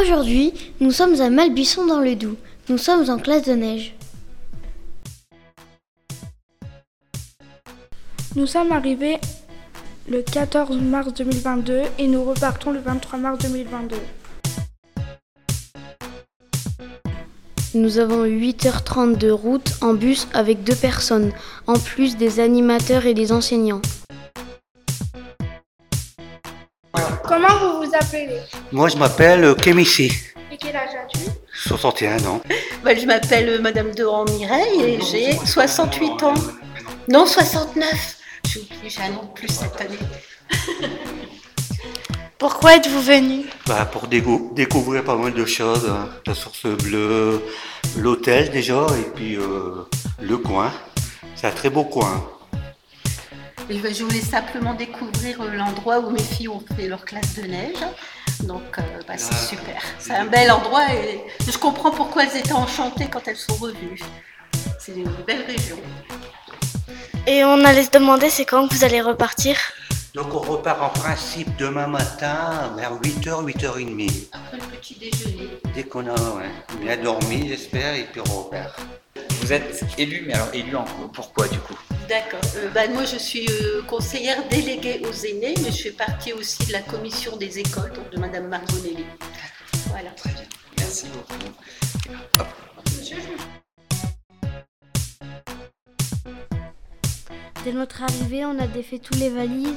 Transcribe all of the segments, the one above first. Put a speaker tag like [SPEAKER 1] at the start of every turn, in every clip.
[SPEAKER 1] Aujourd'hui, nous sommes à Malbuisson dans le Doubs. Nous sommes en classe de neige.
[SPEAKER 2] Nous sommes arrivés le 14 mars 2022 et nous repartons le 23 mars 2022.
[SPEAKER 3] Nous avons eu 8h30 de route en bus avec deux personnes, en plus des animateurs et des enseignants.
[SPEAKER 2] Comment vous vous appelez
[SPEAKER 4] Moi, je m'appelle Kémissi,
[SPEAKER 2] Et quel âge as-tu
[SPEAKER 4] 61 ans.
[SPEAKER 5] Bah, je m'appelle Madame Doran Mireille et j'ai 68 ans. Non, 69. J'ai oublié, j'ai un an de plus cette année.
[SPEAKER 2] Pourquoi êtes-vous venu
[SPEAKER 4] Bah, pour dégo- découvrir pas mal de choses, hein. la source bleue, l'hôtel déjà, et puis euh, le coin. C'est un très beau coin.
[SPEAKER 5] Et Je je voulais simplement découvrir euh, l'endroit où mes filles ont fait leur classe de neige. Donc, euh, bah, c'est
[SPEAKER 4] Ah.
[SPEAKER 5] super. C'est un bel endroit et je comprends pourquoi elles étaient enchantées quand elles sont revenues. C'est une belle région.
[SPEAKER 1] Et on allait se demander c'est quand que vous allez repartir
[SPEAKER 4] Donc on repart en principe demain matin vers 8h, 8h30.
[SPEAKER 5] Après le petit déjeuner.
[SPEAKER 4] Dès qu'on a ouais, bien dormi, j'espère, et puis on repart.
[SPEAKER 6] Vous êtes élu, mais alors élu en pourquoi du coup
[SPEAKER 5] D'accord. Euh, bah, moi, je suis euh, conseillère déléguée aux aînés, mais je fais partie aussi de la commission des écoles, donc de Madame Margonelli. Voilà.
[SPEAKER 6] Merci beaucoup.
[SPEAKER 3] Dès notre arrivée, on a défait toutes les valises.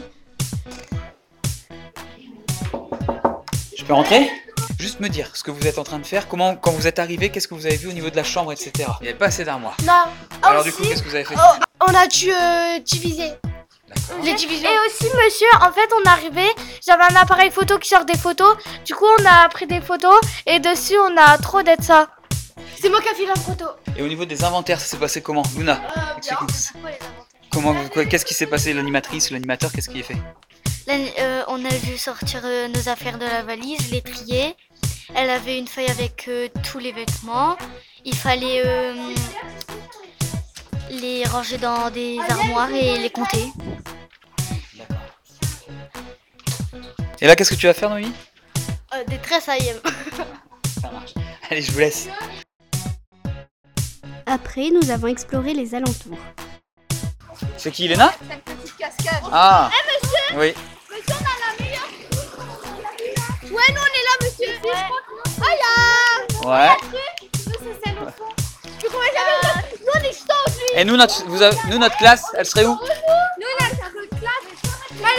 [SPEAKER 6] Je peux rentrer Juste me dire ce que vous êtes en train de faire, comment, quand vous êtes arrivé, qu'est-ce que vous avez vu au niveau de la chambre, etc. Il n'y avait pas assez d'armoires.
[SPEAKER 7] Non,
[SPEAKER 6] Alors
[SPEAKER 7] aussi,
[SPEAKER 6] du coup, qu'est-ce que vous avez fait
[SPEAKER 7] oh, on a dû euh, diviser.
[SPEAKER 6] D'accord.
[SPEAKER 7] Les divisions. Et aussi, monsieur, en fait, on est arrivé, j'avais un appareil photo qui sort des photos. Du coup, on a pris des photos et dessus, on a trop d'être ça. C'est moi qui ai fait la photo. Euh,
[SPEAKER 6] Et au niveau des inventaires, ça s'est passé comment Luna, explique-nous. Comment, vous- quoi- qu'est-ce qui s'est passé L'animatrice, l'animateur, qu'est-ce qui est fait
[SPEAKER 3] Là, euh, on a dû sortir euh, nos affaires de la valise, les trier. Elle avait une feuille avec euh, tous les vêtements. Il fallait euh, les ranger dans des armoires et les compter.
[SPEAKER 6] Et là, qu'est-ce que tu vas faire, Noémie
[SPEAKER 7] Euh, des tresses AM.
[SPEAKER 6] Ça marche. Allez, je vous laisse.
[SPEAKER 8] Après, nous avons exploré les alentours.
[SPEAKER 6] C'est qui, Léna Ah
[SPEAKER 8] Eh,
[SPEAKER 6] Oui. Ouais. Et nous, notre, vous avez- nous, notre classe, elle serait où
[SPEAKER 7] Allez,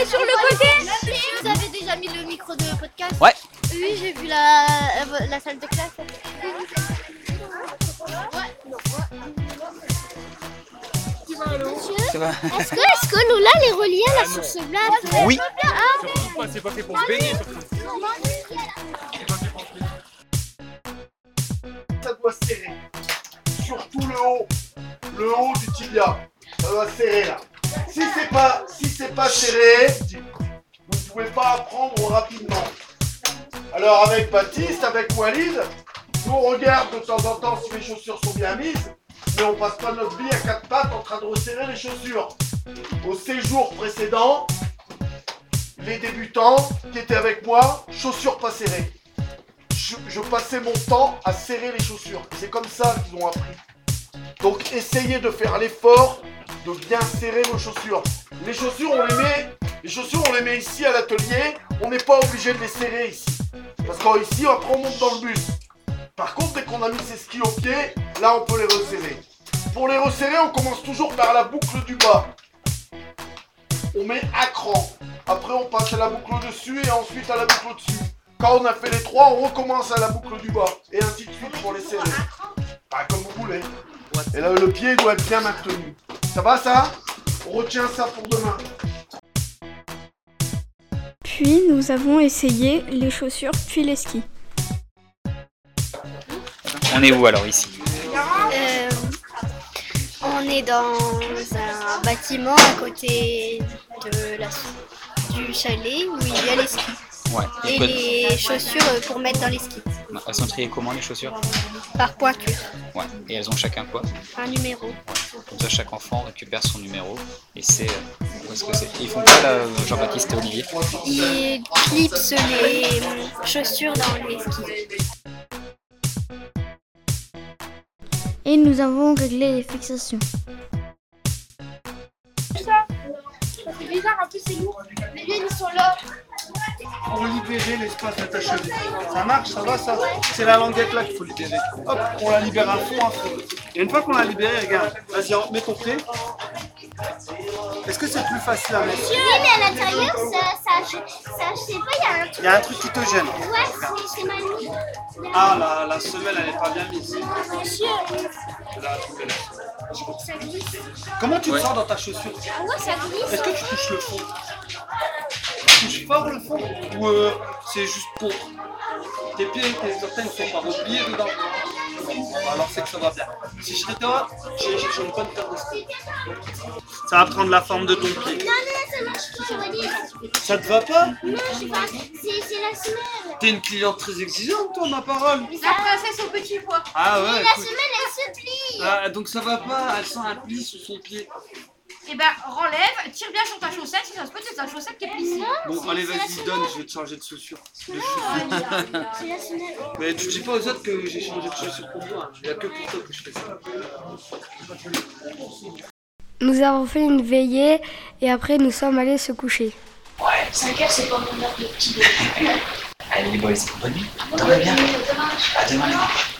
[SPEAKER 7] sur le côté.
[SPEAKER 8] Vous avez déjà mis le micro de podcast
[SPEAKER 6] Ouais.
[SPEAKER 8] Oui, j'ai vu la, euh, la salle de classe.
[SPEAKER 6] C'est pas-
[SPEAKER 8] Est-ce que, est que Lola les reliée à la source blanche
[SPEAKER 6] Oui.
[SPEAKER 9] ça doit serrer. Surtout le haut, le haut du tibia. Ça doit serrer là. Si c'est pas, si c'est pas serré, vous ne pouvez pas apprendre rapidement. Alors avec Baptiste, avec Walid, nous on regarde de temps en temps si les chaussures sont bien mises, mais on passe pas notre vie à quatre pattes en train de resserrer les chaussures. Au séjour précédent, les débutants qui étaient avec moi, chaussures pas serrées je, je passais mon temps à serrer les chaussures. C'est comme ça qu'ils ont appris. Donc essayez de faire l'effort de bien serrer vos chaussures. Les chaussures, on les met, les chaussures, on les met ici à l'atelier. On n'est pas obligé de les serrer ici. Parce qu'ici, après, on monte dans le bus. Par contre, dès qu'on a mis ses skis au pied, là, on peut les resserrer. Pour les resserrer, on commence toujours par la boucle du bas. On met à cran. Après, on passe à la boucle au-dessus et ensuite à la boucle au-dessus. Quand on a fait les trois, on recommence à la boucle du bas. Et ainsi de suite pour les serrer. Bah, comme vous voulez. Et là, le pied doit être bien maintenu. Ça va ça On retient ça pour demain.
[SPEAKER 2] Puis, nous avons essayé les chaussures, puis les skis.
[SPEAKER 6] On est où alors ici
[SPEAKER 8] Euh, On est dans un bâtiment à côté de la, du chalet où il y a les skis.
[SPEAKER 6] Ouais.
[SPEAKER 8] Et les chaussures euh, pour mettre dans les skis.
[SPEAKER 6] Non, Elles sont triées comment les chaussures
[SPEAKER 8] Par pointure,
[SPEAKER 6] Ouais. Et elles ont chacun quoi
[SPEAKER 8] un numéro.
[SPEAKER 6] Comme ça, chaque enfant récupère son numéro et c'est euh, Ou est-ce que c'est- Ils font quoi là, euh, Jean-Baptiste et Olivier
[SPEAKER 10] Ils clipsent les euh, chaussures dans les skis.
[SPEAKER 11] Et nous avons réglé les fixations.
[SPEAKER 12] C'est bizarre, en plus c'est nous. Les miennes ils sont là.
[SPEAKER 9] Pour libérer l'espace attaché. Ça marche, ça va, ça C'est la languette là qu'il faut libérer. Hop, on la libère à fond, à fond. Et une fois qu'on l'a libérée, regarde, vas-y, mets ton pied. Est-ce que c'est plus facile à mettre
[SPEAKER 8] Oui, mais à l'intérieur, ça, ça, ça, je sais pas, il y a un truc.
[SPEAKER 9] Il y a un truc qui te gêne.
[SPEAKER 8] Ouais, c'est- c'est mal mis.
[SPEAKER 9] Ah, la, la semelle, elle n'est pas bien mise.
[SPEAKER 8] Monsieur,
[SPEAKER 9] Là, tu peux la-
[SPEAKER 8] ça glisse.
[SPEAKER 9] Comment tu te sens dans ta chaussure
[SPEAKER 8] Ah ouais, ça glisse.
[SPEAKER 9] Est-ce que tu touches le fond Tu touches fort le fond Ou euh, c'est juste pour. Tes pieds et tes orteils ne sont pas repliés dedans Alors c'est que ça va bien. Si je serais toi, j'ai j'ai- j'ai une bonne paire de skis. Ça va prendre la forme de ton
[SPEAKER 8] Non,
[SPEAKER 9] pied.
[SPEAKER 8] non, non, ça marche pas, je redis.
[SPEAKER 9] Ça te va pas
[SPEAKER 8] Non, je pas. C'est c'est la semelle.
[SPEAKER 9] T'es une cliente très exigeante, toi, ma parole
[SPEAKER 8] La princesse au petit pois.
[SPEAKER 9] Ah ouais,
[SPEAKER 8] Mais la hein.
[SPEAKER 9] écoute.
[SPEAKER 8] semelle, elle se plie.
[SPEAKER 9] Ah, donc ça va pas, elle sent un pli sous son pied.
[SPEAKER 13] Eh ben, renlève, tire bien sur ta chaussette, si ça se peut, c'est ta chaussette qui est plissée.
[SPEAKER 9] Bon, allez, vas-y, donne, je vais te changer de chaussure. De chaussure.
[SPEAKER 8] C'est la semelle.
[SPEAKER 9] Mais tu dis pas aux autres que j'ai changé de chaussures pour toi. Il n'y a que pour toi que je fais ça.
[SPEAKER 3] Nous avons fait une veillée et après nous sommes allés se coucher.
[SPEAKER 14] 5 heures, c'est pas mon heure de petit.
[SPEAKER 6] Allez les boys, bonne nuit.
[SPEAKER 14] Demain,
[SPEAKER 6] À demain.